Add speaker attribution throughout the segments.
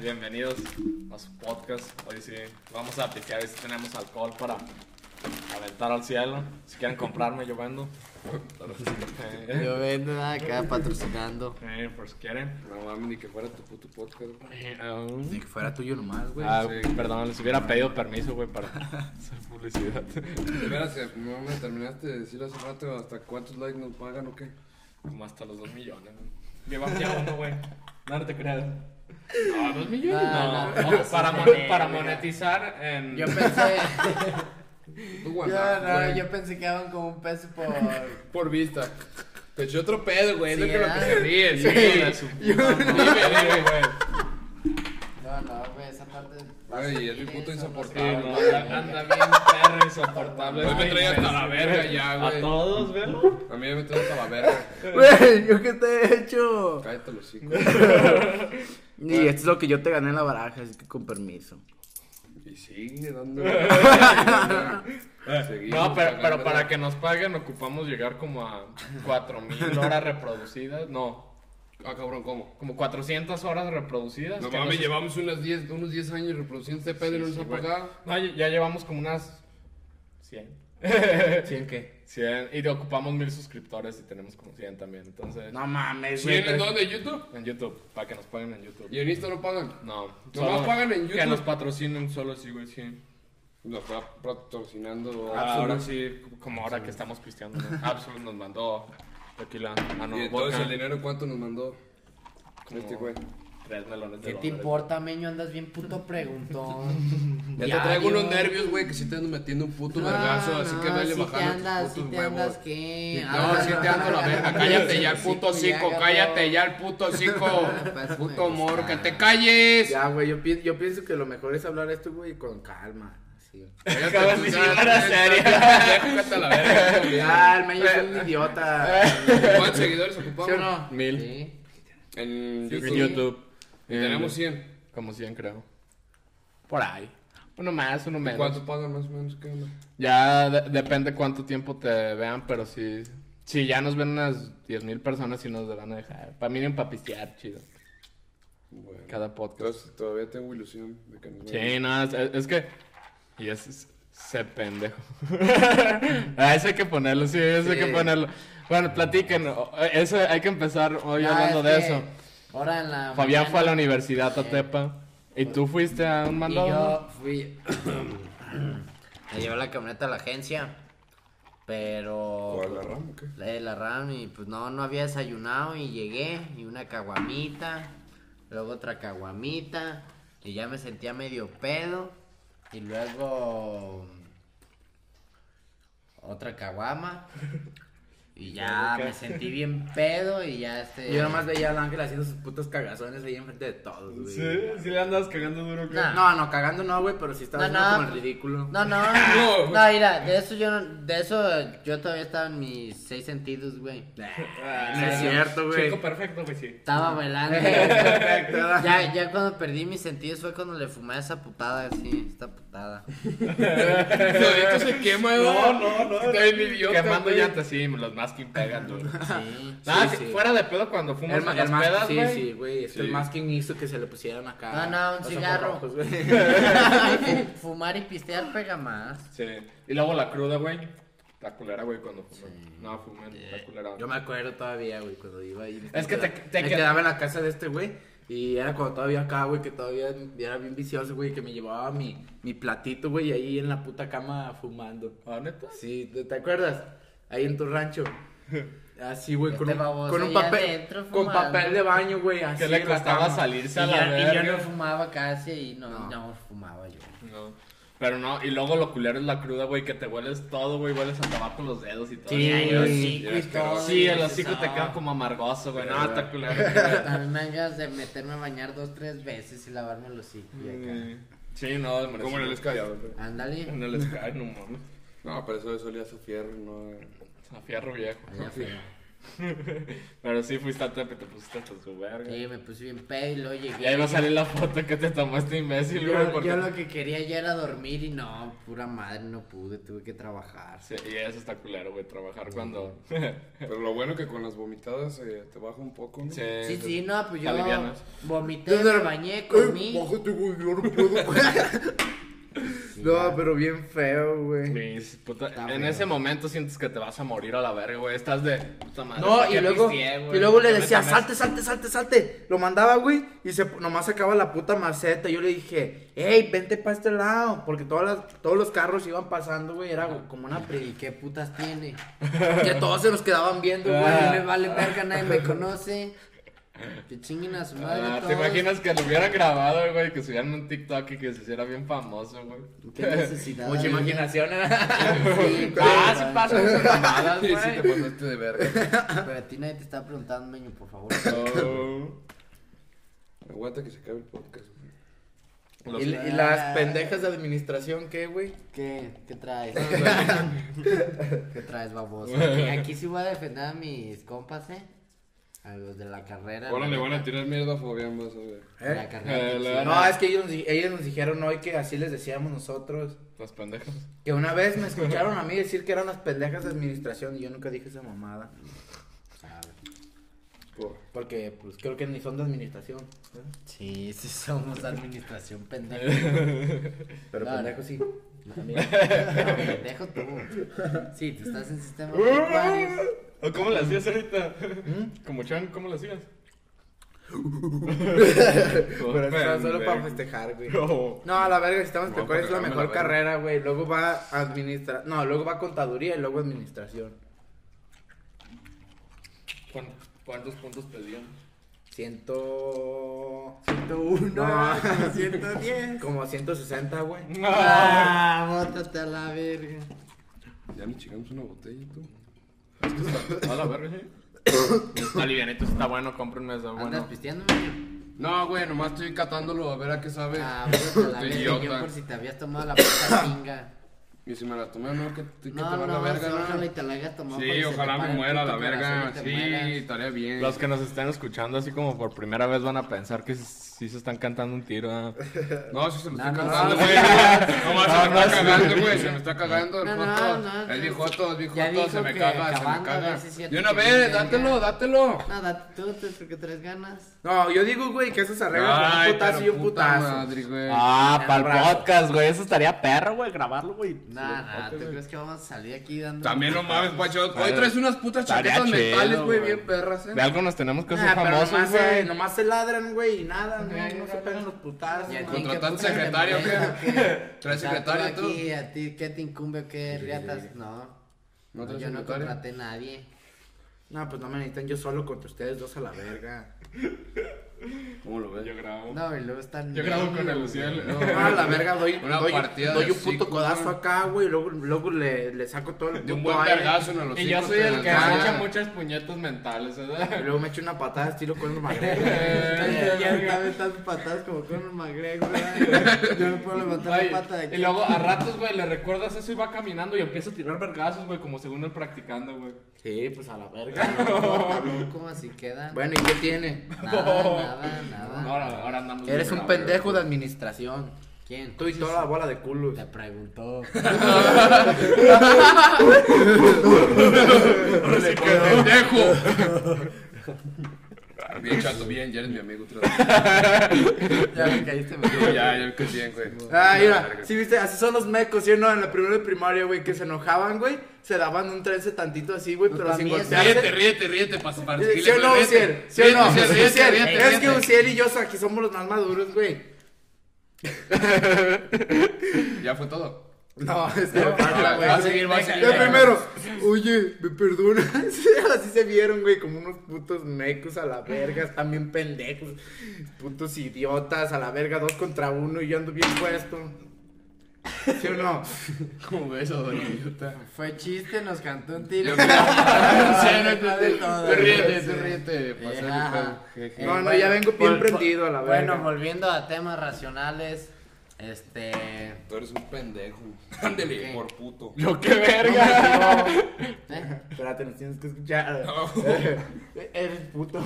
Speaker 1: bienvenidos a su podcast. Hoy sí, vamos a aplicar, si tenemos alcohol para aventar al cielo. Si quieren comprarme, yo vendo. Eh,
Speaker 2: Yo vendo acá patrocinando.
Speaker 1: eh, por si quieren.
Speaker 3: No mames, ni que fuera tu puto podcast, güey.
Speaker 1: Eh, um,
Speaker 4: Ni que fuera tuyo nomás, güey.
Speaker 1: ah, perdón, les hubiera pedido permiso, güey, para hacer publicidad.
Speaker 3: De veras, eh, no me terminaste de decir hace rato hasta cuántos likes nos pagan o qué.
Speaker 1: Como hasta los 2 millones. Llevamos ya uno, güey. No, no te creas. No, 2 millones.
Speaker 2: No,
Speaker 1: No,
Speaker 2: no,
Speaker 1: Ojo,
Speaker 2: no,
Speaker 1: para,
Speaker 2: sí,
Speaker 1: mon-
Speaker 2: güey,
Speaker 1: para
Speaker 2: mira.
Speaker 1: monetizar en...
Speaker 2: Yo pensé.
Speaker 3: Tú
Speaker 2: yo,
Speaker 3: guarda,
Speaker 2: no,
Speaker 3: güey.
Speaker 2: yo pensé que daban como un peso por.
Speaker 3: Por vista. Te eché otro pedo, güey.
Speaker 2: Sí,
Speaker 3: es lo que lo que
Speaker 2: ¿verdad?
Speaker 3: se ríe.
Speaker 1: Sí,
Speaker 3: sí.
Speaker 1: hijo de su puta madre. Dime, dime, güey.
Speaker 2: No, no, güey, esa parte.
Speaker 3: Güey, es un puto
Speaker 2: Eso no
Speaker 1: Sí,
Speaker 2: se
Speaker 1: Ah,
Speaker 3: insoportable.
Speaker 1: no,
Speaker 2: vale,
Speaker 1: anda
Speaker 2: güey.
Speaker 1: anda bien perro insoportable.
Speaker 3: Hoy me
Speaker 1: Ay,
Speaker 3: trae hasta
Speaker 1: pues,
Speaker 3: la verga ya,
Speaker 1: A
Speaker 3: güey.
Speaker 1: todos, velo.
Speaker 3: A mí ya me trae hasta la verga.
Speaker 4: Güey, ¿yo qué te he hecho?
Speaker 3: Cállate los cinco.
Speaker 4: Y esto es lo que yo te gané en la baraja, así que con permiso.
Speaker 3: Y sigue dando.
Speaker 1: No, pero, pero para que nos paguen ocupamos llegar como a 4000 horas reproducidas. No,
Speaker 3: Ah, cabrón, ¿cómo?
Speaker 1: como 400 horas reproducidas.
Speaker 3: No
Speaker 1: que
Speaker 3: mames,
Speaker 1: nos-
Speaker 3: llevamos unas 10, unos 10 años reproduciendo este pedo y no nos
Speaker 1: sí,
Speaker 3: ha
Speaker 1: güey.
Speaker 3: pagado.
Speaker 1: No, ya ya llevamos como unas 100.
Speaker 4: ¿Cien qué?
Speaker 1: 100. Y ocupamos 1000 suscriptores y tenemos como 100 también. Entonces,
Speaker 4: No mames,
Speaker 3: ¿Sí
Speaker 4: güey.
Speaker 3: en dónde? ¿En YouTube?
Speaker 1: en YouTube, para que nos paguen en YouTube.
Speaker 3: ¿Y en Insta no pagan?
Speaker 1: No,
Speaker 3: Nomás
Speaker 1: solo-
Speaker 3: pagan en
Speaker 1: Que
Speaker 3: YouTube.
Speaker 1: nos patrocinen solo así, güey, sí.
Speaker 3: Nos está patrocinando.
Speaker 1: Ah,
Speaker 3: Absolut.
Speaker 1: ahora sí, como ahora que estamos pisteando, ¿no? Absolut nos mandó tequila. Ah, no,
Speaker 3: y de todo
Speaker 1: vodka,
Speaker 3: ese dinero, ¿cuánto nos mandó?
Speaker 1: Como-
Speaker 3: Este güey.
Speaker 1: Tres melones de
Speaker 2: ¿Qué te
Speaker 1: dólares.
Speaker 2: importa, meño? Andas bien puto preguntón.
Speaker 3: Ya te traigo unos
Speaker 2: Diario.
Speaker 3: nervios, güey, que si te ando metiendo un puto
Speaker 2: No,
Speaker 3: vergazo, así
Speaker 2: no,
Speaker 3: que dale
Speaker 2: sí
Speaker 3: bajando
Speaker 2: te andas,
Speaker 3: tus
Speaker 2: sí
Speaker 3: putos
Speaker 2: te
Speaker 3: huevos.
Speaker 2: andas, ¿qué?
Speaker 3: No, sí te ando la verga, cállate ya el puto
Speaker 2: Sí,
Speaker 3: cico,
Speaker 2: ya,
Speaker 3: cállate
Speaker 2: cabrón.
Speaker 3: ya el puto cico,
Speaker 2: Pues,
Speaker 3: puto
Speaker 2: me
Speaker 3: mor, que
Speaker 2: gusta.
Speaker 3: te calles.
Speaker 4: Ya, güey, yo, pi- yo pienso que lo mejor es hablar esto, güey, con calma. Así.
Speaker 1: Como si fuera serio.
Speaker 3: Cállate a la verga.
Speaker 4: Ya, el meño es un idiota.
Speaker 3: ¿Cuántos seguidores
Speaker 4: ¿Sí o
Speaker 3: ocupamos?
Speaker 4: no?
Speaker 1: Mil.
Speaker 2: Sí.
Speaker 3: En
Speaker 1: En
Speaker 3: YouTube.
Speaker 1: YouTube.
Speaker 3: Y Tenemos 100.
Speaker 1: Como 100, creo. Por ahí. Uno más, uno menos.
Speaker 3: ¿Cuánto pagan más o menos? ¿Qué onda?
Speaker 1: Ya de- depende cuánto tiempo te vean, pero si, si ya nos ven unas 10 mil personas, sí nos van a dejar. Para mínimo para pistear, chido.
Speaker 3: Bueno,
Speaker 1: Cada podcast.
Speaker 3: entonces todavía tengo ilusión de que nos vean.
Speaker 1: Sí, no, es, es- es que. Y es. es- ese pendejo. a ese hay que ponerlo, sí, ese hay que
Speaker 4: Sí.
Speaker 1: ponerlo. Bueno, platiquen. o- Eso hay que empezar hoy
Speaker 2: Ah,
Speaker 1: hablando
Speaker 2: es
Speaker 1: de
Speaker 2: que
Speaker 1: eso.
Speaker 2: Ahora en la.
Speaker 1: Fabián fue a la
Speaker 2: mañana-
Speaker 1: universidad a Tepa. Y tú fuiste a un
Speaker 2: Y
Speaker 1: mandado. ¿no?
Speaker 2: yo fui. Me llevó la camioneta a la agencia. Pero.
Speaker 3: ¿O a la RAM o qué?
Speaker 2: La de la RAM y pues no, no había desayunado y llegué y una caguamita, luego otra caguamita y ya me sentía medio pedo y luego otra caguama y ya me sentí bien pedo y ya este...
Speaker 4: Yo nomás veía al ángel haciendo sus putos cagazones ahí enfrente de todos, güey.
Speaker 1: sí le andas cagando duro.
Speaker 2: Nah.
Speaker 4: No, no, cagando no, güey, pero sí estaba
Speaker 2: No,
Speaker 4: haciendo
Speaker 2: no.
Speaker 4: como el ridículo.
Speaker 2: No, no,
Speaker 3: No,
Speaker 2: no,
Speaker 3: güey.
Speaker 2: mira, de eso yo no, de eso yo todavía estaba en mis seis sentidos, güey.
Speaker 4: Ah, No es cierto, güey.
Speaker 1: Chico perfecto, güey, sí.
Speaker 2: Estaba bailando.
Speaker 4: Perfecto.
Speaker 2: Ya, ya cuando perdí mis sentidos fue cuando le fumé a esa putada, así, esta putada.
Speaker 3: Esto se quema, güey.
Speaker 1: No, no, no.
Speaker 3: Está bien idiota.
Speaker 1: Quemando
Speaker 3: güey.
Speaker 1: llantas, sí, los más que pegan duro.
Speaker 2: Sí.
Speaker 1: Nada,
Speaker 4: Sí,
Speaker 1: si-
Speaker 4: sí.
Speaker 1: fuera de pedo cuando fumas
Speaker 4: El, ma-
Speaker 1: en
Speaker 4: el
Speaker 1: las
Speaker 4: mas-
Speaker 1: pedas,
Speaker 4: sí,
Speaker 1: güey.
Speaker 4: sí, güey. Es que el
Speaker 3: Sí.
Speaker 4: masking hizo que se le pusieran acá.
Speaker 2: No, no, un
Speaker 4: los ojos
Speaker 2: cigarro.
Speaker 4: rojos, güey.
Speaker 2: Fu- Fumar y pistear pega más.
Speaker 1: Sí. Y luego la cruda, güey. La culera, güey, cuando fuman. No, fuman,
Speaker 2: Eh,
Speaker 1: la culera.
Speaker 4: Yo me acuerdo todavía, güey, cuando iba ahí.
Speaker 1: Es que te- te
Speaker 4: me
Speaker 1: qued-
Speaker 4: quedaba en la casa de este güey. Y era cuando todavía acá, güey, que todavía era bien vicioso, güey, que me llevaba mi, mi platito, güey, ahí en la puta cama fumando.
Speaker 1: Ah, neta.
Speaker 4: Sí, ¿te, te acuerdas? Ahí en tu rancho. Así, güey,
Speaker 2: Este
Speaker 4: con, un-
Speaker 2: baboso
Speaker 4: con un
Speaker 2: ahí
Speaker 4: papel.
Speaker 2: adentro
Speaker 4: Con
Speaker 2: fumando.
Speaker 4: papel de baño, güey. Así
Speaker 1: Que le
Speaker 4: en la
Speaker 1: costaba
Speaker 4: cama.
Speaker 2: Y
Speaker 1: salirse
Speaker 2: yo,
Speaker 1: a la
Speaker 2: y yo no
Speaker 1: verga.
Speaker 2: fumaba casi y no,
Speaker 4: No.
Speaker 2: no. fumaba yo.
Speaker 1: No. Pero no, y luego lo culero es la cruda, güey, que te hueles todo, güey, hueles a tabaco los dedos y todo.
Speaker 2: Sí,
Speaker 1: güey.
Speaker 2: el hocico y todo.
Speaker 1: Sí, el
Speaker 2: y
Speaker 1: hocico
Speaker 2: dices,
Speaker 1: te
Speaker 2: "Ah".
Speaker 1: queda como amargoso, güey. No, está culero.
Speaker 2: También me dan ganas de meterme a bañar dos, tres veces y lavarme el hocico y
Speaker 1: Mm.
Speaker 2: acá.
Speaker 1: Sí, no, me
Speaker 3: ¿Cómo en el Sky?
Speaker 2: Ándale.
Speaker 1: En el Sky, no mames.
Speaker 3: No, pero eso le solía a fierro, no.
Speaker 1: A fierro viejo.
Speaker 2: Allá feo.
Speaker 1: Pero sí fuiste a Tepe, te pusiste hasta su verga.
Speaker 2: Sí, me puse bien pedo y luego llegué.
Speaker 1: Y ahí va a salir la foto que te tomó este imbécil,
Speaker 2: Yo-
Speaker 1: güey.
Speaker 2: yo,
Speaker 1: porque-
Speaker 2: lo que quería ya era dormir y no, pura madre, no pude, tuve que trabajar.
Speaker 1: Sí, y eso está culero, güey, trabajar cuando...
Speaker 3: Pero lo bueno que con las vomitadas eh, te baja un poco, ¿no?
Speaker 2: Sí, sí, no, pues yo
Speaker 1: Alivianas.
Speaker 2: vomité, me bañé, comí.
Speaker 3: Bájate, güey, yo no puedo.
Speaker 4: No, pero bien feo, güey.
Speaker 1: Luis, puta,
Speaker 2: Está
Speaker 1: en
Speaker 2: feo.
Speaker 1: ese momento sientes que te vas a morir a la verga, güey. Estás de puta madre.
Speaker 4: No,
Speaker 1: ¿qué
Speaker 4: y luego,
Speaker 1: pisteé, güey?
Speaker 4: y luego
Speaker 1: ¿Qué
Speaker 4: le
Speaker 1: me
Speaker 4: decía,
Speaker 1: tomé?
Speaker 4: salte, salte, salte, salte. Lo mandaba, güey, y se, nomás sacaba la puta maceta. Yo le dije, hey, vente para este lado. Porque todas las- todos los carros iban pasando, güey. Era como una
Speaker 2: ¿Y qué putas tiene?
Speaker 4: Que todos se nos quedaban viendo,
Speaker 2: Güey,
Speaker 4: güey.
Speaker 2: me
Speaker 1: Ah.
Speaker 2: vale verga, nadie me conoce. Que chinguen a su madre.
Speaker 1: Ah, ¿Te
Speaker 2: todos.
Speaker 1: imaginas que lo hubieran grabado, güey? Que subieran un TikTok y que se hiciera bien famoso, güey.
Speaker 2: Qué necesidad.
Speaker 4: Mucha
Speaker 2: había?
Speaker 4: imaginación. ¿eh?
Speaker 2: Sí,
Speaker 1: Ah, sí
Speaker 2: pero-
Speaker 1: pasa esas mamadas,
Speaker 3: Sí, sí te
Speaker 1: güey.
Speaker 3: pasaste de verga.
Speaker 2: Pero a ti nadie te está preguntando, meño, por favor.
Speaker 1: No.
Speaker 3: Aguanta que se acabe el podcast, güey.
Speaker 1: Los-
Speaker 4: ¿Y, y las pendejas de administración qué, güey?
Speaker 2: ¿Qué, qué traes? ¿Qué traes, baboso? Aquí, aquí sí voy a defender a mis compas, ¿eh? A los de la carrera.
Speaker 3: Ahora
Speaker 2: la
Speaker 3: le van a
Speaker 2: neta.
Speaker 3: tirar mierda a Fabián, vas a ver.
Speaker 2: De La
Speaker 4: ¿Eh?
Speaker 2: carrera.
Speaker 1: Eh,
Speaker 2: que
Speaker 1: la-
Speaker 2: chinguen.
Speaker 4: No, es que ellos, nos di- ellos nos dijeron hoy que así les decíamos nosotros.
Speaker 1: Las pendejas.
Speaker 4: Que una vez me escucharon a mí decir que eran las pendejas de administración y yo nunca dije esa mamada.
Speaker 2: Sabe.
Speaker 3: Por-
Speaker 4: Porque, pues, creo que ni son de administración. ¿eh?
Speaker 2: Sí, sí somos administración pendeja.
Speaker 4: Pero
Speaker 2: Claro.
Speaker 4: pendejo sí.
Speaker 2: No, pendejo tú. Sí, tú estás en sistema portuario.
Speaker 1: Uh, ¿O ¿Cómo las hacías ahorita? Como Chan, ¿cómo las hacías?
Speaker 4: Pero eso era solo para festejar, güey. No, a la verga, si estamos
Speaker 3: No,
Speaker 4: cuál es la
Speaker 3: pero
Speaker 4: mejor
Speaker 3: la verga.
Speaker 4: carrera, güey. Luego va administra... No, luego va contaduría y luego administración.
Speaker 1: ¿Cuántos, cuántos puntos pedían?
Speaker 4: Ciento...
Speaker 2: 101, 110.
Speaker 4: Como 160, güey.
Speaker 2: Ah, bótate a la verga.
Speaker 3: Ya me chingamos una botella, tú.
Speaker 1: A la verga, sí. Está livianito, está bueno, cómprenme eso,
Speaker 2: ¿Andas
Speaker 1: bueno.
Speaker 2: pisteando, meño?
Speaker 3: No, güey, nomás estoy catándolo a ver a qué sabe.
Speaker 2: Ah, bótate a la
Speaker 3: Estoy
Speaker 2: verga. Yo
Speaker 3: idiota.
Speaker 2: por si te habías tomado la puta pinga.
Speaker 3: Y si me la tomé, no, que te
Speaker 2: No, no,
Speaker 3: la
Speaker 2: no,
Speaker 3: verga,
Speaker 2: sí,
Speaker 3: ¿no?
Speaker 2: ojalá y te la hayas tomado. para que
Speaker 3: Sí,
Speaker 2: se te
Speaker 3: ojalá
Speaker 2: pare
Speaker 3: me
Speaker 2: el
Speaker 3: muera
Speaker 2: puto
Speaker 3: la
Speaker 2: corazón
Speaker 3: verga.
Speaker 2: y te
Speaker 3: Sí,
Speaker 2: mueras.
Speaker 3: estaría bien.
Speaker 1: Los que nos están escuchando así como por primera vez van a pensar que sí se están cantando un tiro. ¿ah?
Speaker 3: No, si se me
Speaker 2: No,
Speaker 3: está
Speaker 2: no, no,
Speaker 3: cagando, güey.
Speaker 2: no,
Speaker 3: No, más se
Speaker 1: no,
Speaker 3: me
Speaker 1: no,
Speaker 3: está cagando,
Speaker 1: sí.
Speaker 3: güey. Se me está cagando el
Speaker 2: No, no,
Speaker 3: joto.
Speaker 2: no,
Speaker 3: El
Speaker 2: no.
Speaker 3: viejoto, el
Speaker 2: Ya
Speaker 3: viejoto, se
Speaker 2: dijo
Speaker 3: me
Speaker 2: que
Speaker 3: caga, se me
Speaker 2: acabando, a
Speaker 3: caga.
Speaker 2: ver si es cierto
Speaker 3: De una
Speaker 2: que
Speaker 3: vez,
Speaker 2: me
Speaker 3: dátelo,
Speaker 2: venga.
Speaker 3: dátelo.
Speaker 2: Nada, tú, tú, tú que traes ganas.
Speaker 4: No, yo digo, güey, que esas arreglas son
Speaker 3: Ay,
Speaker 4: un putazo y
Speaker 3: pero
Speaker 4: un
Speaker 3: puta
Speaker 4: putazo.
Speaker 3: madre, güey.
Speaker 1: Ah,
Speaker 4: En
Speaker 1: para
Speaker 4: el brazo.
Speaker 1: el podcast, güey. Eso estaría perro, güey, grabarlo, güey.
Speaker 2: Nah, nah, ¿tú crees que vamos a salir aquí dando?
Speaker 3: También no mames, Pacho. Hoy
Speaker 1: Estaría-
Speaker 3: traes unas putas
Speaker 1: estaría
Speaker 3: chaquetas
Speaker 1: chido,
Speaker 3: mentales, güey,
Speaker 1: güey.
Speaker 3: bien perras, eh.
Speaker 1: De algo nos tenemos que hacer
Speaker 4: Ah, pero
Speaker 1: famosos,
Speaker 4: nomás se,
Speaker 1: güey.
Speaker 4: nomás se ladran, güey, y nada, no, no se pegan los putazos.
Speaker 2: Y a ti,
Speaker 4: no.
Speaker 2: ¿qué
Speaker 3: Contrataste
Speaker 2: putas te
Speaker 3: secretario,
Speaker 2: molesta,
Speaker 3: ¿qué?
Speaker 2: o qué?
Speaker 3: Traes
Speaker 2: O sea,
Speaker 3: secretario,
Speaker 2: tú
Speaker 3: tú.
Speaker 2: aquí, a ti, ¿qué te incumbe o qué riatas? No.
Speaker 3: ¿No
Speaker 2: No,
Speaker 3: traes
Speaker 2: yo no
Speaker 3: secretario?
Speaker 2: contraté a nadie.
Speaker 4: No, pues no me necesitan yo solo contra ustedes dos a la verga.
Speaker 3: ¿Cómo lo ves?
Speaker 1: Yo grabo.
Speaker 2: No, y luego están.
Speaker 1: Yo grabo con
Speaker 2: niños,
Speaker 1: el
Speaker 2: güey.
Speaker 1: Luciel.
Speaker 4: No, a la verga doy,
Speaker 3: Una
Speaker 4: doy,
Speaker 3: partida
Speaker 4: doy
Speaker 3: de
Speaker 4: un puto
Speaker 3: hocico,
Speaker 4: codazo
Speaker 3: güey.
Speaker 4: acá, güey, luego, luego le, le saco todo el
Speaker 3: De un
Speaker 4: puto
Speaker 3: buen
Speaker 4: aire,
Speaker 3: vergazo en los
Speaker 1: Y yo soy el que
Speaker 4: Ah.
Speaker 1: me echa muchas puñetas mentales, ¿eh?
Speaker 4: Y
Speaker 1: ¿verdad?
Speaker 4: luego me echo una patada estilo Conor McGregor.
Speaker 1: Eh,
Speaker 2: Ya estaba tan patadas como con McGregor. ¿verdad? Yo no puedo levantar
Speaker 1: Ay,
Speaker 2: la pata de aquí.
Speaker 1: y luego a ratos, güey, le recuerdas eso y va caminando y empieza a tirar vergazos, güey, como según él practicando, güey.
Speaker 4: Sí, pues a la verga.
Speaker 2: ¿Cómo así quedan?
Speaker 4: Bueno, ¿y qué tiene?
Speaker 2: Nada, nada,
Speaker 4: Ah.
Speaker 2: nada.
Speaker 1: Ahora, ahora andamos. bien
Speaker 4: Eres un
Speaker 1: bravos.
Speaker 4: pendejo de administración.
Speaker 2: ¿Quién?
Speaker 4: Tú y toda la bola de culos.
Speaker 2: Te preguntó.
Speaker 3: ¡Qué pendejo! Bien chato, bien, ya eres mi amigo otra vez.
Speaker 4: Ya me caíste, me
Speaker 3: No, ya, ya que bien, güey.
Speaker 4: Ah,
Speaker 3: La
Speaker 4: mira,
Speaker 3: verga.
Speaker 4: sí, viste, así son los mecos, ¿sí o no? En la primera de primaria, güey, que se enojaban, güey, se daban un trence tantito así, güey,
Speaker 2: Tú
Speaker 4: pero sin
Speaker 2: también,
Speaker 3: Ríete,
Speaker 4: golpearse.
Speaker 3: ríete, ríete, para para
Speaker 4: Eh, ¿Sí
Speaker 3: seguirle,
Speaker 4: o no,
Speaker 3: güey,
Speaker 4: Uciel?
Speaker 3: ríete.
Speaker 4: ¿Sí o no?
Speaker 3: Ríete, ríete,
Speaker 4: Uciel,
Speaker 3: ríete,
Speaker 4: Es que
Speaker 3: ríete.
Speaker 4: Uciel y yo aquí somos los más maduros, güey.
Speaker 3: Ya fue todo.
Speaker 4: No, es que falta,
Speaker 3: va,
Speaker 4: Ah, güey.
Speaker 3: va a seguir, va a
Speaker 4: Yo
Speaker 3: seguir.
Speaker 4: primero, oye, ¿me perdonas? Así se vieron, güey, como unos putos mecos a la verga, están bien pendejos, putos idiotas a la verga, dos contra uno y yo ando bien puesto. ¿Sí o no?
Speaker 3: ¿Cómo ves, idiota?
Speaker 2: Fue chiste, nos cantó un tiro.
Speaker 4: Ah,
Speaker 3: Tú ríete, tú ríete, para hacerle
Speaker 2: Ajá.
Speaker 3: pedo. Jeje.
Speaker 4: No, no, ya vengo bien prendido a la verga.
Speaker 2: Bueno, volviendo a temas racionales. Este.
Speaker 3: Tú eres un pendejo. Ándele,
Speaker 2: ¿Qué?
Speaker 3: por puto.
Speaker 1: Yo qué verga.
Speaker 2: ¿eh?
Speaker 4: Espérate, nos tienes que escuchar. Eres puto.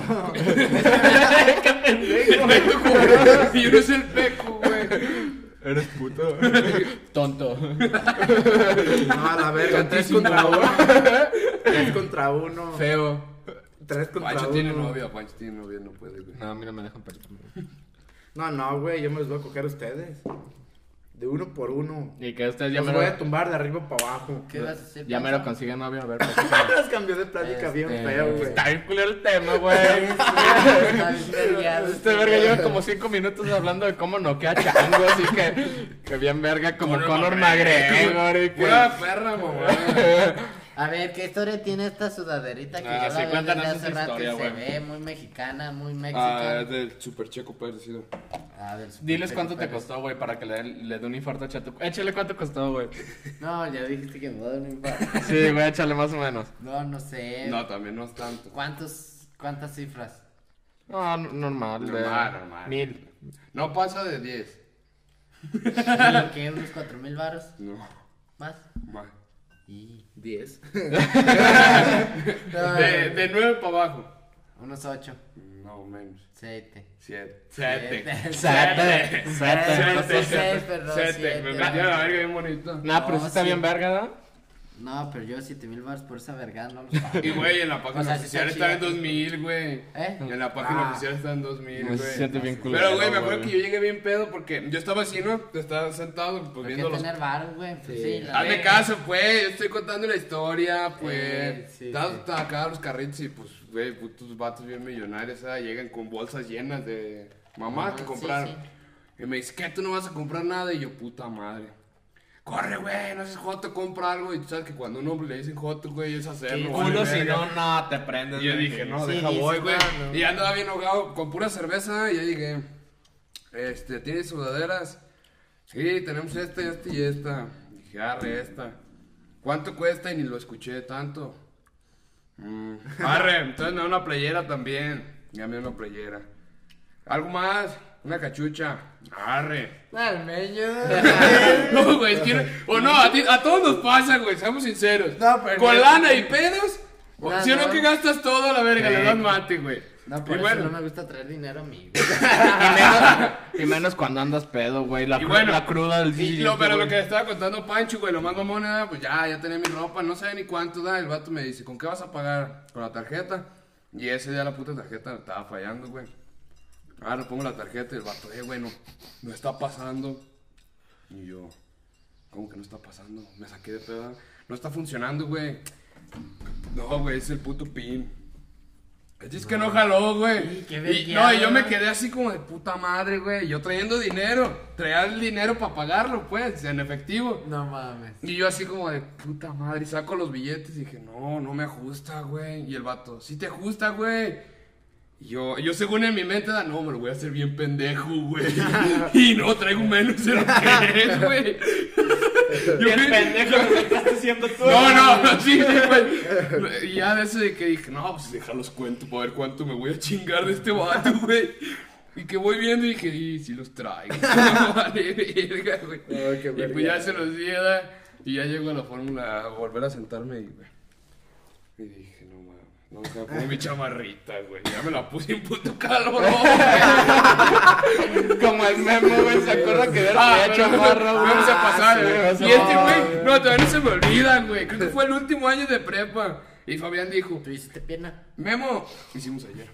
Speaker 1: qué pendejo.
Speaker 3: Y uno es el peco, güey.
Speaker 1: Eres puto. Tonto.
Speaker 4: No, a la verga, tres
Speaker 3: Tontísimo.
Speaker 4: contra uno. Tres contra uno.
Speaker 1: Feo.
Speaker 4: Tres contra
Speaker 3: Pancho
Speaker 4: uno.
Speaker 3: tiene novia, Pancho tiene novia, no puede, güey.
Speaker 1: No, a mí no me dejan pecho.
Speaker 4: No, no, güey, yo me los voy a coger a ustedes. De uno por uno.
Speaker 1: Y que ustedes ya
Speaker 4: Los
Speaker 1: me
Speaker 4: voy a
Speaker 1: lo,
Speaker 4: tumbar de arriba para abajo.
Speaker 2: ¿Qué vas a hacer?
Speaker 1: Pues, ya me lo
Speaker 2: Pancho?
Speaker 1: consiguen novia. A ver,
Speaker 4: Las cambió de plática bien
Speaker 1: Este,
Speaker 3: eh,
Speaker 4: feo, güey.
Speaker 1: Está bien culero el tema,
Speaker 2: Está
Speaker 1: güey.
Speaker 2: bien, está bien vergueado.
Speaker 1: Este verga lleva como 5 minutos hablando de cómo noquea chango, así que, que bien verga como
Speaker 3: Conor
Speaker 1: Conor McGregor y que...
Speaker 3: Pura perra, mamá.
Speaker 2: A ver, ¿qué historia tiene esta sudaderita que
Speaker 1: Ah,
Speaker 2: ya
Speaker 1: sí,
Speaker 2: la vi
Speaker 1: cuéntanos
Speaker 2: desde
Speaker 1: esa
Speaker 2: hace rato
Speaker 1: historia,
Speaker 2: y se
Speaker 1: güey.
Speaker 2: ve muy mexicana, muy
Speaker 3: Ah,
Speaker 2: mexicana? Ah,
Speaker 3: es del super checo Pérez, sí.
Speaker 2: A ver,
Speaker 1: Diles cuánto te
Speaker 2: pero-
Speaker 1: costó, güey, para que le, le dé un infarto a Chato. Échale cuánto costó, güey.
Speaker 2: No, ya dijiste que me va a dar un infarto.
Speaker 1: Sí, güey, échale más o menos.
Speaker 2: No, no sé.
Speaker 3: No, también no es tanto.
Speaker 2: ¿Cuántos, ¿Cuántas cifras?
Speaker 1: No, n- normal. de-
Speaker 3: Normal, normal.
Speaker 1: Mil.
Speaker 3: No pasa de 10.
Speaker 2: ¿Qué? ¿Unos cuatro mil varos
Speaker 3: No,
Speaker 2: más?
Speaker 3: más.
Speaker 2: Y...
Speaker 4: Diez.
Speaker 3: De, de 9 para abajo.
Speaker 2: Unos ocho,
Speaker 3: No, menos.
Speaker 2: siete.
Speaker 3: 7.
Speaker 2: Siete.
Speaker 1: Sete.
Speaker 2: Me
Speaker 1: Sete.
Speaker 2: pasó seis, perdón, siete.
Speaker 3: Me metí a la verga bien bonito.
Speaker 1: Nah, pero
Speaker 2: No,
Speaker 1: sí está
Speaker 2: sí.
Speaker 1: bien verga, ¿no?
Speaker 2: No, pero yo siete mil varos por esa verga no los pago.
Speaker 3: Y güey, en la página
Speaker 2: O sea, sí
Speaker 3: oficial
Speaker 2: está
Speaker 3: está en 2000, güey.
Speaker 2: ¿Eh?
Speaker 3: En la página
Speaker 4: Ah.
Speaker 3: oficial está en 2000,
Speaker 1: Me
Speaker 3: güey.
Speaker 1: siento bien culero,
Speaker 3: Pero güey, me acuerdo
Speaker 1: güey.
Speaker 3: que yo llegué bien pedo porque yo estaba así, ¿no? Estaba sentado pues
Speaker 2: ¿Por qué
Speaker 3: viendo los
Speaker 2: tener varos, güey? Pues sí, la
Speaker 3: Hazme
Speaker 2: verga.
Speaker 3: caso, pues, yo estoy contando la historia, pues.
Speaker 2: Eh, sí,
Speaker 3: Estaba-
Speaker 2: sí.
Speaker 3: estaba acá los carritos y pues, güey, putos vatos bien millonarios, ¿sabes? llegan con bolsas llenas de mamá
Speaker 2: Ah,
Speaker 3: que
Speaker 2: sí,
Speaker 3: compraron.
Speaker 2: sí.
Speaker 3: Y me dice, ¿qué? Tú no vas a comprar nada. Y yo, puta madre. Corre, güey, no seas joto, compra algo. Y tú sabes que cuando a un hombre le dicen joto, güey, es hacerlo. güey,
Speaker 1: Uno si
Speaker 3: verga.
Speaker 1: no, no, te prendes.
Speaker 3: Y yo
Speaker 1: güey.
Speaker 3: dije, no,
Speaker 2: Sí,
Speaker 3: deja
Speaker 2: dices,
Speaker 3: voy, güey.
Speaker 2: no, no.
Speaker 3: Y andaba bien ahogado con pura cerveza. Y yo dije, este, ¿tienes sudaderas? Sí, tenemos esta, y esta y esta. Dije, arre, esta. ¿Cuánto cuesta? Y ni lo escuché tanto. Mm, Arre, entonces me da una playera también. Ya me da una playera. ¿Algo más? Una cachucha. Arre. No, güey, es que no- O no, a, ti- a todos nos pasa, güey, seamos sinceros.
Speaker 2: No, pero-
Speaker 3: Con lana y pedos, o
Speaker 2: No,
Speaker 3: si no,
Speaker 2: no.
Speaker 3: que gastas todo a la verga,
Speaker 1: Sí.
Speaker 3: le das mate, güey.
Speaker 2: No,
Speaker 3: y
Speaker 2: por eso
Speaker 3: bueno,
Speaker 2: no me gusta traer dinero a mí, güey.
Speaker 1: Y menos, y menos cuando andas pedo, güey. La,
Speaker 3: Y
Speaker 1: cru-
Speaker 3: bueno,
Speaker 1: la cruda del
Speaker 3: y
Speaker 1: día.
Speaker 3: lo- pero lo que estaba contando Pancho, güey, lo más mamón era, pues ya, ya tenía mi ropa, no sé ni cuánto da. El vato me dice, ¿con qué vas a pagar? Con la tarjeta. Y ese día la puta tarjeta estaba fallando, güey. Ah, le pongo la tarjeta y el vato, eh, güey, no, no está pasando. Y yo, ¿cómo que no está pasando? Me saqué de peda. No está funcionando, güey. No, güey, es el puto pin. Así es que no jaló, güey.
Speaker 2: Sí, qué
Speaker 3: Y-
Speaker 2: vergueado,
Speaker 3: no, y yo me
Speaker 2: ¿no?
Speaker 3: quedé así como de puta madre, güey. Yo trayendo dinero. Traía el dinero para pagarlo, pues, en efectivo.
Speaker 2: No mames.
Speaker 3: Y yo así como de puta madre. Y saco los billetes y dije, no, no me ajusta, güey. Y el vato, sí te ajusta, güey. Y Yo, yo según en mi mente, da, no, me lo voy a hacer bien pendejo, güey. y no, traigo menos de lo que es, güey. Yo
Speaker 1: Bien
Speaker 3: me-
Speaker 1: pendejo lo que estás diciendo tú.
Speaker 3: no, no, no, sí, sí, güey. Y ya de eso de que dije, no, pues déjalos cuento para ver cuánto me voy a chingar de este vato, güey. Y que voy viendo y dije, y si los traigo. vale, verga, güey.
Speaker 4: Ay, qué
Speaker 3: y pues ya
Speaker 4: verga.
Speaker 3: se los di, ¿verdad? Y ya llego a la fórmula a volver a sentarme y, güey. Y dije, no mames. No, o sea, pongo mi chamarrita, güey. Ya me la puse en puto calor.
Speaker 1: Como el meme, güey, se acuerda que era
Speaker 3: Ah,
Speaker 1: hecho
Speaker 3: pero no,
Speaker 1: chamarra, güey.
Speaker 3: Vamos a
Speaker 1: Ah,
Speaker 3: pasar,
Speaker 1: sí,
Speaker 3: güey.
Speaker 1: vamos a
Speaker 3: Y este
Speaker 1: pasar.
Speaker 3: güey, no, todavía no se me olvidan, güey. Creo que fue el último año de prepa. Y Fabián dijo,
Speaker 2: ¿Tú hiciste pierna?
Speaker 3: Memo, hicimos ayer.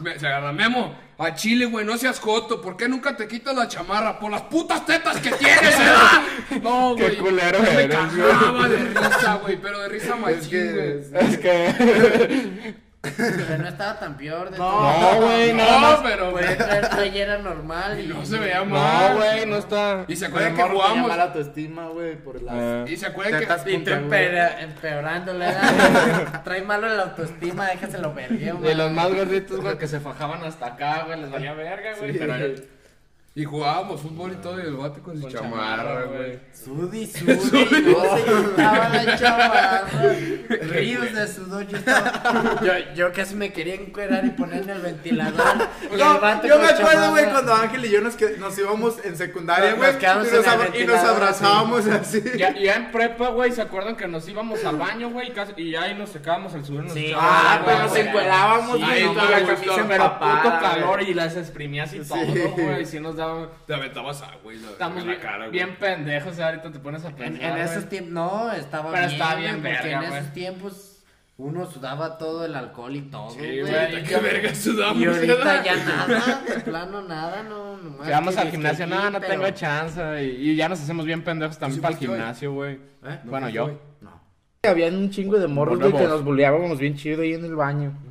Speaker 3: Me- se agarra Memo. A Chile, güey, no seas joto. ¿Por qué nunca te quitas la chamarra? Por las putas tetas que tienes, ¿eh? No,
Speaker 1: Qué
Speaker 3: güey.
Speaker 1: culero
Speaker 3: me
Speaker 1: eres,
Speaker 3: cagaba de risa, güey, pero de risa machín, güey.
Speaker 1: Es que.
Speaker 2: Pero no estaba tan peor. De todo.
Speaker 1: No, güey, nada más.
Speaker 3: No, pero
Speaker 2: Podía
Speaker 3: güey,
Speaker 2: traer playera normal y...
Speaker 3: no se veía mal.
Speaker 1: No, güey, no está.
Speaker 3: Y se
Speaker 4: Güey,
Speaker 3: acuerdan que
Speaker 4: morro tenía mala
Speaker 3: jugamos.
Speaker 4: autoestima, güey, por las...
Speaker 1: Eh,
Speaker 3: Y se acuerdan que.
Speaker 4: Tetas
Speaker 2: Y tú empeora- empeorándole, ¿verdad? Trae malo la autoestima, déjaselo vergueo,
Speaker 1: de
Speaker 2: güey.
Speaker 1: los más gorditos, güey, que se fajaban hasta acá, güey, les valía verga, güey.
Speaker 4: Sí.
Speaker 1: Pero el-
Speaker 3: Y jugábamos fútbol y todo, y el vato con su
Speaker 1: Con
Speaker 3: chamarra,
Speaker 1: chamarra,
Speaker 3: güey.
Speaker 2: Sudi, sudi, no se quitaba la chamarra. Ríos de sudor. Yo, estaba- yo, yo casi me quería encuerar y ponerme el ventilador. y el
Speaker 4: Pues No,
Speaker 2: vato
Speaker 4: yo
Speaker 2: con
Speaker 4: me acuerdo,
Speaker 2: chamarra.
Speaker 4: güey, cuando Ángel y yo nos, que- nos íbamos en secundaria,
Speaker 2: Nos-
Speaker 4: güey.
Speaker 2: nos quedamos
Speaker 4: y
Speaker 2: en
Speaker 4: nos
Speaker 2: el
Speaker 4: abra- y nos
Speaker 2: ventilador,
Speaker 4: abrazábamos así.
Speaker 1: Ya, ya en prepa, güey, ¿se acuerdan que nos íbamos al baño, güey? Casi- Y ahí nos secábamos el sudor. y nos
Speaker 2: Sí.
Speaker 1: echábamos
Speaker 4: Ah,
Speaker 1: agua,
Speaker 4: pero
Speaker 1: güey.
Speaker 4: nos encuerábamos,
Speaker 1: Sí,
Speaker 4: güey,
Speaker 1: no
Speaker 4: toda
Speaker 1: me
Speaker 4: la
Speaker 1: gustó,
Speaker 4: camisa
Speaker 1: pero
Speaker 4: empapada.
Speaker 1: puto
Speaker 4: güey.
Speaker 1: calor y las exprimías y
Speaker 4: Sí.
Speaker 1: todo, güey. Sí nos daba...
Speaker 3: Te aventabas agua, güey.
Speaker 1: Estamos
Speaker 3: en la
Speaker 1: bien,
Speaker 3: cara, güey.
Speaker 1: bien pendejos, ahorita te pones a
Speaker 2: En,
Speaker 1: pensar,
Speaker 2: en
Speaker 1: Ah, güey.
Speaker 2: esos tiempos, no, estaba
Speaker 1: Pero
Speaker 2: bien,
Speaker 1: estaba
Speaker 2: güey,
Speaker 1: bien
Speaker 2: porque
Speaker 1: verga,
Speaker 2: en
Speaker 1: güey.
Speaker 2: esos tiempos uno sudaba todo el alcohol y todo,
Speaker 1: Sí,
Speaker 2: güey.
Speaker 1: güey.
Speaker 3: Qué verga sudamos,
Speaker 2: Y ahorita
Speaker 3: ¿verdad?
Speaker 2: ya nada, de plano nada, no, nomás.
Speaker 1: Si vamos
Speaker 2: que
Speaker 1: al gimnasio, no, no
Speaker 2: pero-
Speaker 1: tengo chance. Y, y ya nos hacemos bien pendejos también
Speaker 3: Sí,
Speaker 1: para el
Speaker 3: fuiste hoy.
Speaker 1: gimnasio, güey.
Speaker 2: ¿Eh? No
Speaker 1: Bueno, yo.
Speaker 2: No.
Speaker 4: Había un chingo de morros, güey, que nos buleábamos bien chido ahí en el baño.
Speaker 3: Ay,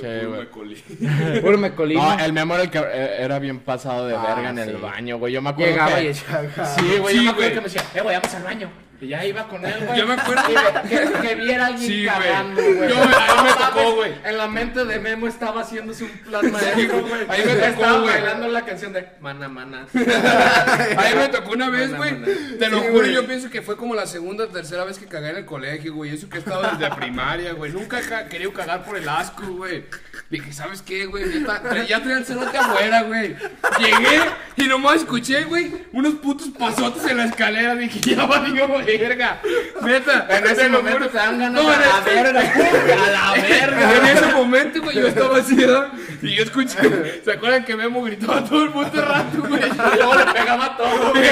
Speaker 1: Sí,
Speaker 3: puro
Speaker 1: güey.
Speaker 3: Macaulay.
Speaker 4: Puro mecolino.
Speaker 1: No, el memo era el que eh, era bien pasado de
Speaker 2: Ah,
Speaker 1: verga en el
Speaker 2: sí.
Speaker 1: baño, güey. Yo me acuerdo
Speaker 4: eh, Llegaba
Speaker 1: que...
Speaker 4: y echaba.
Speaker 1: Sí, güey, yo
Speaker 3: Sí,
Speaker 1: me acuerdo
Speaker 3: güey.
Speaker 1: que me decía, eh, güey, vamos al baño. Y ya iba con él, güey.
Speaker 3: Yo me acuerdo.
Speaker 1: Que, que- que viera a alguien
Speaker 3: Sí, güey.
Speaker 1: cagando, güey.
Speaker 3: Yo me- a mí me
Speaker 1: No
Speaker 3: tocó,
Speaker 1: mames,
Speaker 3: güey.
Speaker 1: En la mente de Memo estaba haciéndose un plan maestro, güey.
Speaker 3: Ahí me tocó,
Speaker 1: Estaba
Speaker 3: güey.
Speaker 1: bailando la canción de Mana Mana.
Speaker 3: A mí me tocó una vez, güey. Te lo
Speaker 4: Sí,
Speaker 3: juro,
Speaker 4: güey.
Speaker 3: yo pienso que fue como la segunda o tercera vez que cagué en el colegio, güey. Eso que he estado desde primaria, güey. Nunca he ca- querido cagar por el asco, güey. Dije, ¿sabes qué, güey? Neta, tra- Ya traía el cerote afuera, güey. Llegué y nomás escuché, güey, unos putos pasotes en la escalera. Dije, ya valió, verga. Neta,
Speaker 1: En
Speaker 3: te
Speaker 1: ese
Speaker 3: lo
Speaker 1: momento
Speaker 3: juro.
Speaker 1: te dan ganas
Speaker 3: No,
Speaker 1: de
Speaker 3: en
Speaker 1: la
Speaker 3: ese-
Speaker 1: verga. A la verga.
Speaker 3: en ese momento, güey, yo estaba así, ¿verdad? Y yo escuché, ¿se acuerdan que Memo gritaba todo el puto rato, güey?
Speaker 1: Y luego le pegaba todo, güey.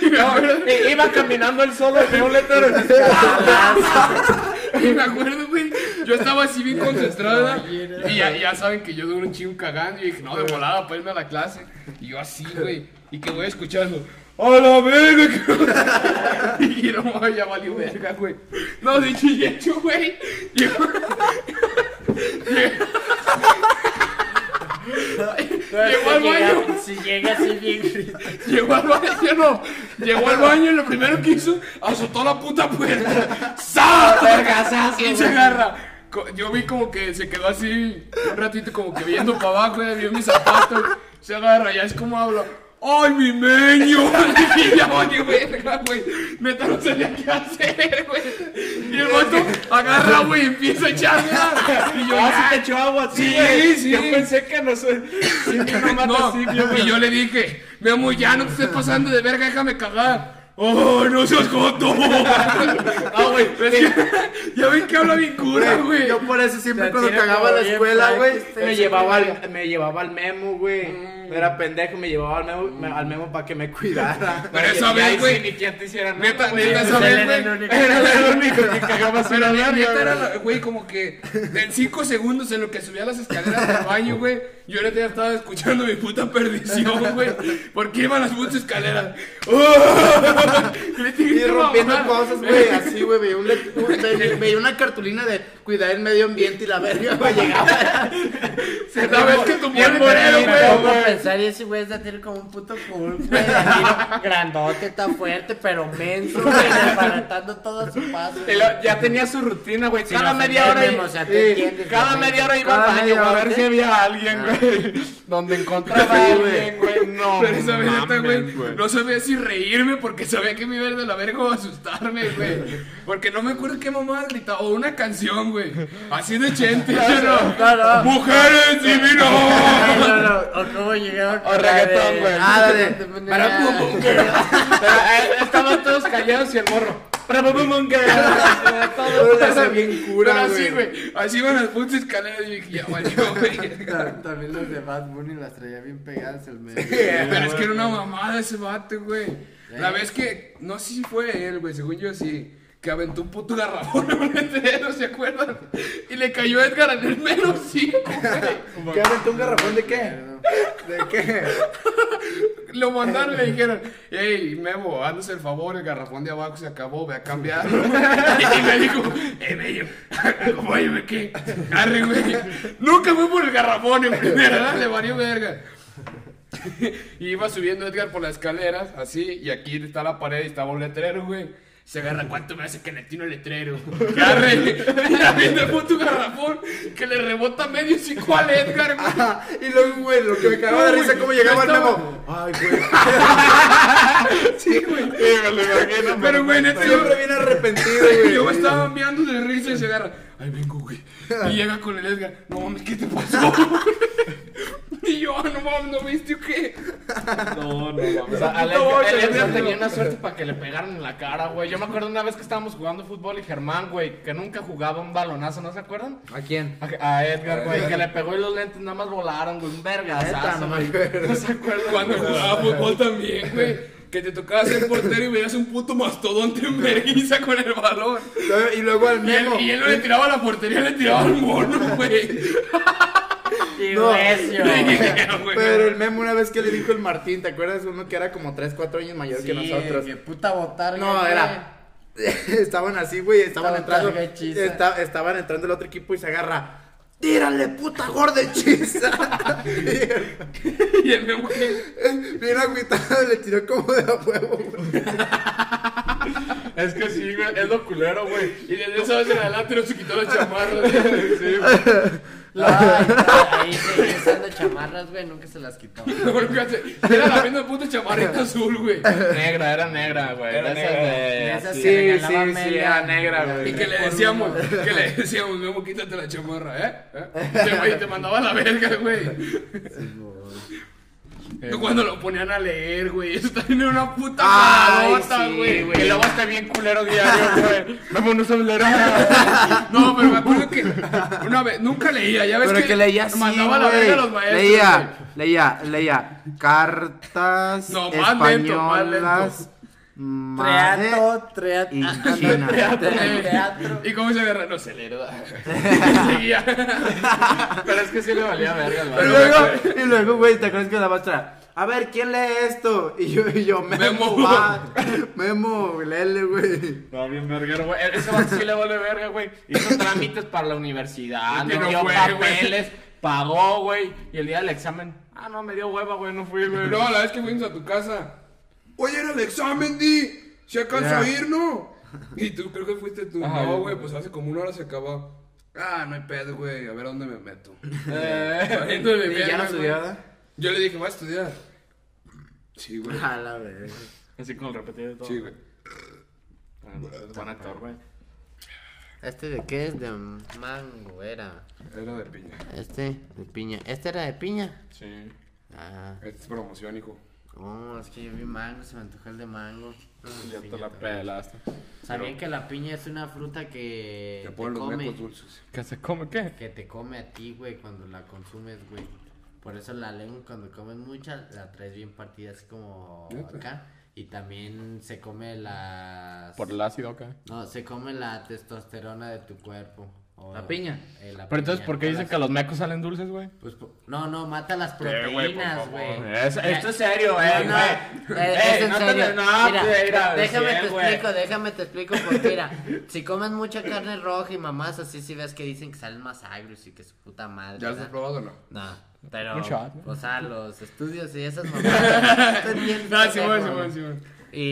Speaker 3: Y me acuerdo-
Speaker 1: I- Iba caminando el solo de un letrero.
Speaker 3: Y me acuerdo, güey. Yo estaba así bien concentrada. Y ya, ya saben que yo duro un chingo cagando. Y dije, no, de volada para irme a la clase. Y yo así, güey. Y que voy escuchando. ¡A la verga! que-". Y no, mames, ya valió verga, güey. No, dicho y hecho, güey. Yo- Llegó al
Speaker 2: Si
Speaker 3: baño.
Speaker 2: llega- Si llega así bien gritando.
Speaker 3: Llegó al baño, yo no. Llegó al baño y lo primero que hizo, azotó la puta puerta. ¡Sa!
Speaker 2: Vergazazo,
Speaker 3: Y se
Speaker 2: güey.
Speaker 3: agarra. Co- Yo vi como que se quedó así un ratito, como que viendo para abajo, eh, vio mis zapatos. Se agarra, ya es como habla. ¡Ay, mi meño! Y ya vale verga, güey. Neta, no sabía qué hacer, güey. Y el vato agarra, güey, y empieza a echarme. Y yo,
Speaker 1: Ah,
Speaker 3: "Ya,
Speaker 1: sí te echó agua, sí,
Speaker 3: Sí,
Speaker 1: güey.
Speaker 3: sí.
Speaker 1: Yo pensé que no sé. Sí, mi mamá
Speaker 3: No,
Speaker 1: así, yo,
Speaker 3: y
Speaker 1: güey.
Speaker 3: yo le dije, mi amor, ya no te estés pasando de verga, déjame cagar. ¡Oh, no seas joto! ah, güey, es que ya ven que habla bien cura, güey.
Speaker 4: Yo por eso siempre
Speaker 2: Te
Speaker 4: cuando
Speaker 2: tiene
Speaker 4: cagaba
Speaker 2: como
Speaker 4: la
Speaker 2: bien
Speaker 4: escuela,
Speaker 2: psycho
Speaker 4: güey,
Speaker 2: este
Speaker 4: me
Speaker 2: chico.
Speaker 4: llevaba al, me llevaba al memo, güey. Era pendejo, me llevaba al memo, me- al memo para que me cuidara.
Speaker 3: Pero esa
Speaker 1: Y ahí
Speaker 3: vez,
Speaker 1: sí,
Speaker 3: güey,
Speaker 1: Ni quien te hiciera nada,
Speaker 3: neta,
Speaker 1: güey.
Speaker 3: neta, esa
Speaker 2: Él
Speaker 3: vez,
Speaker 2: era el
Speaker 3: güey.
Speaker 2: único.
Speaker 1: Era el único que cagaba sin
Speaker 3: Pero la
Speaker 1: hablar,
Speaker 3: neta
Speaker 1: güey.
Speaker 3: era, la- güey, como que en 5 segundos en lo que subía las escaleras del baño, güey, yo neta ya estaba escuchando mi puta perdición, güey. Porque iban las putas escaleras. ¡Oh!
Speaker 4: Y rompiendo cosas, güey, así, güey, veía, un let- un- ve- veía una cartulina de cuidar el medio ambiente y la verga, güey, llegaba.
Speaker 3: ¿Sabes que tu
Speaker 1: Bien
Speaker 3: muerte,
Speaker 1: moreno,
Speaker 3: güey?
Speaker 2: Me
Speaker 1: güey.
Speaker 2: pongo a pensar y ese güey es de tener como un puto cool, güey. así, Grandote, está fuerte, pero menso, güey. Desbaratando todo a su paso.
Speaker 1: Y lo- Ya tenía su rutina, güey.
Speaker 2: Si
Speaker 1: Cada
Speaker 2: nos
Speaker 1: media hora.
Speaker 2: entendemos, o sea, te
Speaker 4: eh,
Speaker 2: entiendes,
Speaker 1: Cada
Speaker 2: güey.
Speaker 1: media hora iba
Speaker 4: Cada
Speaker 1: al baño
Speaker 4: media
Speaker 1: güey, a
Speaker 4: hora,
Speaker 1: ver
Speaker 4: ¿sí?
Speaker 1: si había alguien,
Speaker 3: Ah.
Speaker 1: güey. Donde encontraba a alguien, güey. No,
Speaker 3: Pero esa vez, neta,
Speaker 1: mames,
Speaker 3: güey, no sabía si reírme porque sabía que me iba a ir de la verga o asustarme, güey. Porque no me acuerdo qué mamá gritaba. O una canción, güey. Así de chente, yo no.
Speaker 2: no, no.
Speaker 3: ¡Mujeres
Speaker 2: Ay,
Speaker 3: divino!
Speaker 2: no, no, O cómo llegaba
Speaker 1: O reggaetón, güey.
Speaker 2: Nada de. Ah,
Speaker 3: Para como que-
Speaker 1: Pero eh, estaban todos callados y el morro. "Bravo, Munger". Todo-
Speaker 4: Todo era bien
Speaker 3: Pero
Speaker 4: cura,
Speaker 3: así,
Speaker 4: güey.
Speaker 3: güey. Así iban las putas escaleras y dije, ya valió, güey.
Speaker 2: También los de Bad Bunny las traía bien pegadas el medio.
Speaker 3: Pero es que era una mamada ese vato, güey. La vez que, no sé si fue él, güey, según yo sí, que aventó un puto garrafón en un letrero, ¿se acuerdan? Y le cayó Edgar en el mero hocico, güey.
Speaker 4: ¿Qué aventó un garrafón de qué? ¿De qué?
Speaker 3: Lo mandaron y le dijeron, hey, Memo, haznos el favor, el garrafón de abajo se acabó, ve a cambiar. y me dijo, eh, Mello, óyeme, ¿qué? Arre, güey. Nunca fue por el garrafón en primera, ¿verdad? Le valió verga. Y iba subiendo Edgar por las escaleras, así, y aquí está la pared y estaba un letrero, güey. Se agarra, ¿cuánto me hace que le tiro el letrero? Y arre, ya viene el puto garrafón que le rebota medio cinco al Edgar, güey.
Speaker 4: Ajá, y luego, güey, lo que me cagaba de
Speaker 3: Uy,
Speaker 4: risa, cómo
Speaker 3: yo
Speaker 4: llegaba el
Speaker 3: estaba-
Speaker 4: memo. Ay, güey.
Speaker 3: Sí, güey. Pero, güey, neta, yo-
Speaker 4: Siempre viene arrepentido, güey.
Speaker 3: Yo me estaba meando de risa y se agarra. Ay, vengo, güey. Y llega con el Edgar. No mames, ¿qué te pasó? y yo, "Ah, no mames, ¿no viste o qué?
Speaker 1: No, no, mames. O sea, al
Speaker 3: No,
Speaker 1: Edgar-
Speaker 3: se
Speaker 1: el
Speaker 3: le
Speaker 1: Edgar
Speaker 3: vio.
Speaker 1: tenía una suerte para que le pegaran en la cara, güey. Yo me acuerdo una vez que estábamos jugando fútbol y Germán, güey, que nunca jugaba un balonazo, ¿no se acuerdan?
Speaker 2: ¿A quién?
Speaker 1: A, a Edgar, güey, que le pegó y los lentes nada más volaron, güey. Un
Speaker 4: Ah,
Speaker 2: Neta,
Speaker 1: vergazazo,
Speaker 2: no me
Speaker 1: güey.
Speaker 2: acuerdo.
Speaker 1: No se acuerdan.
Speaker 3: Cuando
Speaker 1: güey.
Speaker 3: jugaba fútbol también, güey. Que te tocaba ser portero y veías un puto mastodonte en vergüenza con el balón.
Speaker 4: Luego- Y luego al
Speaker 3: Y él,
Speaker 4: memo.
Speaker 3: y él no le tiraba a la portería, le tiraba al mono, güey.
Speaker 4: No.
Speaker 2: Recio.
Speaker 4: Pero el memo una vez que le dijo el Martín, ¿te acuerdas? Uno que era como 3, 4 años mayor que nosotros.
Speaker 2: mi puta botarga.
Speaker 4: No,
Speaker 2: güey.
Speaker 4: era. estaban así, güey. Estaban
Speaker 2: Estaba
Speaker 4: entrando.
Speaker 2: targa hechiza.
Speaker 4: esta- estaban entrando el otro equipo y se agarra. ¡Tírale, puta gorda hechiza! Bien
Speaker 3: Y el memo, güey.
Speaker 4: agüitado, le tiró como de a huevo, güey.
Speaker 1: Es que sí, güey, es lo culero, güey.
Speaker 3: Y desde esa vez en adelante no se quitó la chamarra.
Speaker 1: Sí, güey.
Speaker 2: Ay, ahí seguía usando chamarras, güey, nunca se las quitó.
Speaker 3: Mejor que hace- Era la misma puta chamarrita azul, güey.
Speaker 1: Negra, era negra, güey.
Speaker 2: Era
Speaker 1: de esas
Speaker 2: negra.
Speaker 1: de-
Speaker 2: De esas
Speaker 1: así.
Speaker 2: sí, regalaba
Speaker 4: sí,
Speaker 2: media.
Speaker 4: sí, era negra,
Speaker 2: La
Speaker 4: güey.
Speaker 3: Y que le
Speaker 2: por
Speaker 3: decíamos,
Speaker 2: uno.
Speaker 3: que le decíamos, Memo, quítate la chamarra, ¿eh? ¿Eh? Este güey te mandaba a la verga, güey. Yo cuando lo ponían a leer, güey, eso también era una puta
Speaker 4: Ay,
Speaker 3: madota,
Speaker 4: sí,
Speaker 3: güey.
Speaker 1: Que luego está bien culero diario, güey. Vámonos a hablar.
Speaker 3: No, pero me acuerdo que una vez, nunca leía, ya ves
Speaker 4: Pero
Speaker 3: que,
Speaker 4: que, leía así,
Speaker 3: mandaba a la verga a los
Speaker 4: güey.
Speaker 3: maestros.
Speaker 4: Leía, leía, leía. Cartas
Speaker 3: No, más lento, más lento.
Speaker 4: españolas. madre-
Speaker 2: Treato, treato.
Speaker 4: Y
Speaker 2: Ah, no,
Speaker 4: China.
Speaker 2: Treato,
Speaker 3: güey.
Speaker 2: treato.
Speaker 3: ¿Y cómo se agarra? No se le Seguía.
Speaker 1: Pero es que sí le valía verga, güey.
Speaker 4: Y luego, y luego, güey, ¿te acuerdas que la maestra? A ver, ¿quién lee esto? Y yo, y yo Memo,
Speaker 3: Memo.
Speaker 4: va. Memo, léele, güey.
Speaker 1: No, bien verguero, güey. E-, Ese vato sí le vale verga, güey. Hizo trámites para la universidad,
Speaker 3: Y que
Speaker 1: no,
Speaker 3: no
Speaker 1: dio
Speaker 3: fue, güey.
Speaker 1: papeles, pagó, güey. Y el día del examen, ah, no, me dio hueva, güey, no fui, güey.
Speaker 3: No, la vez que fuimos a tu casa. Oye, era el examen, Di. Se alcanza
Speaker 4: Ya.
Speaker 3: a ir, ¿no? Y tú creo que fuiste tú.
Speaker 1: Ajá,
Speaker 3: no,
Speaker 1: yo.
Speaker 3: güey, pues hace como una hora se acabó. Ah, no hay pedo, güey. A ver a dónde me meto.
Speaker 1: Eh,
Speaker 3: Poniéndole
Speaker 4: Y ya
Speaker 3: verga,
Speaker 4: no
Speaker 3: güey.
Speaker 4: estudiaba. ¿verdad?
Speaker 3: Yo le dije, va a estudiar. Sí, güey.
Speaker 2: A la verga.
Speaker 1: Así con el repetido y todo.
Speaker 3: Sí, güey.
Speaker 1: Es Buen actor, güey.
Speaker 2: ¿Este de qué es? De mango, era.
Speaker 3: Era de piña.
Speaker 2: Este, de piña. ¿Este era de piña?
Speaker 1: Sí.
Speaker 2: Ah.
Speaker 3: Esta es promoción, hijo.
Speaker 2: Oh, es que yo vi mango, se me antojó el de mango. Mm,
Speaker 1: Ya te
Speaker 2: piña
Speaker 1: la
Speaker 2: también.
Speaker 1: pelaste.
Speaker 2: ¿Sabían que la piña es una fruta que
Speaker 3: Te
Speaker 2: Eh, te
Speaker 3: ponen los mecos
Speaker 2: come?
Speaker 3: dulces.
Speaker 1: ¿Qué se come qué?
Speaker 2: Que te come a ti, güey, cuando la consumes, güey. Por eso la lengua, cuando comes mucha, la traes bien partida, así como
Speaker 3: Neta.
Speaker 2: acá. Y también se come las...
Speaker 1: Por el ácido acá.
Speaker 2: No, se come la testosterona de tu cuerpo. o-
Speaker 5: ¿La piña?
Speaker 2: eh, la
Speaker 1: Pero entonces,
Speaker 2: piña,
Speaker 1: ¿por qué
Speaker 2: o
Speaker 1: dicen
Speaker 2: las-
Speaker 1: que los mecos salen dulces, güey?
Speaker 2: Pues, po- no, no, mata las
Speaker 1: Eh, güey, por
Speaker 2: proteínas,
Speaker 1: favor.
Speaker 2: güey.
Speaker 1: Es- esto es serio,
Speaker 2: No,
Speaker 1: eh,
Speaker 2: no,
Speaker 1: güey.
Speaker 2: eh,
Speaker 1: Eh,
Speaker 2: es en
Speaker 1: no te-
Speaker 2: serio.
Speaker 1: no,
Speaker 2: Mira,
Speaker 1: güey, mira,
Speaker 2: déjame
Speaker 1: bien,
Speaker 2: te
Speaker 1: güey.
Speaker 2: explico, déjame te explico, porque mira, si comes mucha carne roja y mamás así, si ves que dicen que salen más agrios y que su puta madre.
Speaker 3: ¿Ya los has
Speaker 2: ¿verdad?
Speaker 3: probado o no?
Speaker 2: No, pero,
Speaker 1: Un shot, ¿no?
Speaker 2: o sea, los estudios y esas mamadas. están bien
Speaker 3: No, sí, güey,
Speaker 2: pendejos,
Speaker 3: sí, güey,
Speaker 2: güey.
Speaker 3: sí, güey.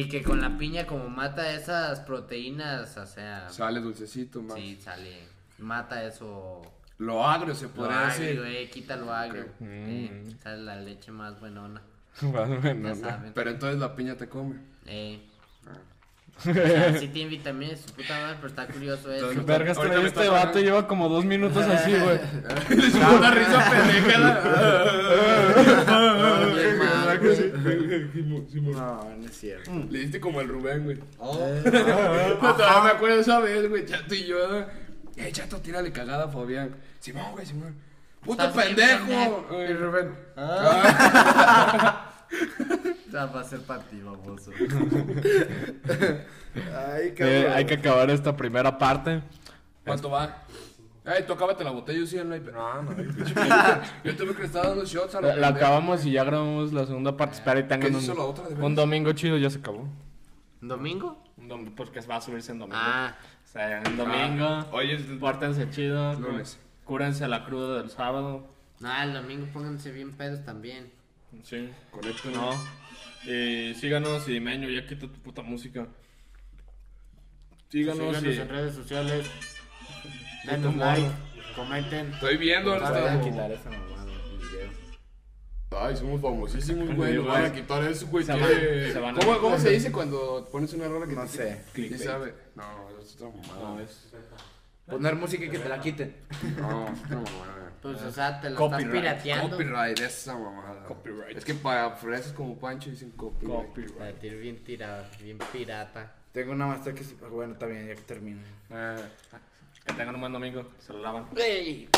Speaker 2: Y que con la piña como mata esas proteínas, o sea,
Speaker 3: Sale dulcecito, más.
Speaker 2: Ah. sí, sale, mata eso.
Speaker 3: Lo agrio se
Speaker 2: Lo
Speaker 3: podría decir.
Speaker 2: agrio, eh, quítalo agrio. Eh, sale la leche más buenona. Ya saben.
Speaker 3: Pero entonces la piña te come.
Speaker 2: Eh. O sea, sí tiene vitaminas, su puta madre, pero está curioso eso.
Speaker 3: Entonces,
Speaker 1: Vergas,
Speaker 3: Ahorita
Speaker 1: trae
Speaker 3: me
Speaker 1: este
Speaker 3: está
Speaker 1: vato
Speaker 3: pagando.
Speaker 1: y lleva como dos minutos así, güey.
Speaker 3: Le subo una risa pendeja.
Speaker 2: Está
Speaker 3: la-
Speaker 2: bien mal, güey.
Speaker 4: Ah, No, no es cierto.
Speaker 3: Le diste como al Rubén, güey. No, todavía me acuerdo esa vez, güey, Chato y yo. ¿no? Eh, Chato, tírale cagada a Fabián. Simón, güey, Simón. ¡Puto
Speaker 2: Estás bien
Speaker 3: pendejo!
Speaker 2: pendejo.
Speaker 3: Y Rubén.
Speaker 2: Ya va a ser para ti, baboso.
Speaker 4: Ay,
Speaker 1: Eh,
Speaker 4: cabrón.
Speaker 1: hay que acabar esta primera parte.
Speaker 3: ¿Cuánto va? Ay, tú acábate la botella, yo sí, no hay... No, no, Yo tuve que le estaba dando shots a
Speaker 1: Eh, La, la
Speaker 3: pendeja.
Speaker 1: acabamos y ya grabamos la segunda parte. Espera, y tengan
Speaker 3: ¿Qué hizo la otra de
Speaker 1: un,
Speaker 3: veras?
Speaker 1: un domingo chido, ya se acabó.
Speaker 2: ¿Domingo?
Speaker 1: Un dom- Porque va a subirse en domingo.
Speaker 2: Ah,
Speaker 1: O sea, en domingo.
Speaker 3: Oye,
Speaker 1: Pórtense chido.
Speaker 3: Ah. Lunes.
Speaker 1: Cúrense la cruda del sábado.
Speaker 2: no, el domingo pónganse bien pedos también.
Speaker 1: Sí.
Speaker 3: Con esto
Speaker 1: Eh, No. Y síganos y meño, ya quita tu puta música. Síganos
Speaker 2: Síganos
Speaker 1: y...
Speaker 2: en redes sociales. Denos like, comenten.
Speaker 3: Estoy viendo
Speaker 2: Nos van a
Speaker 3: ahora está-
Speaker 2: quitar esa mamada del video.
Speaker 3: Ay, somos famosísimos, güey.
Speaker 1: Sí,
Speaker 3: Nos van a
Speaker 1: güey.
Speaker 3: quitar eso, güey.
Speaker 1: Se
Speaker 3: que-
Speaker 1: van- se van a-
Speaker 3: ¿Cómo, ¿Cómo se dice cuando pones una rola que
Speaker 4: No
Speaker 3: te-
Speaker 4: sé.
Speaker 3: ¿Sí
Speaker 1: Clickbait.
Speaker 3: sabe? No, es otra
Speaker 1: No,
Speaker 3: mamada.
Speaker 1: es-
Speaker 4: Poner música y que te la quiten.
Speaker 3: No, es otra mamada. güey.
Speaker 2: Pues, o sea, te lo
Speaker 1: Copyright,
Speaker 2: estás pirateando.
Speaker 3: Copyright, esa mamada.
Speaker 1: Copyright.
Speaker 3: Es que para frases como Pancho dicen copyright.
Speaker 2: Para
Speaker 1: Copyright.
Speaker 2: decir bien tirado, bien pirata.
Speaker 4: Tengo una maestra que sí.
Speaker 2: Ah,
Speaker 4: Bueno, está bien, ya que termino.
Speaker 1: Eh, que tengan un buen domingo. Se lo lavan.
Speaker 2: Ey.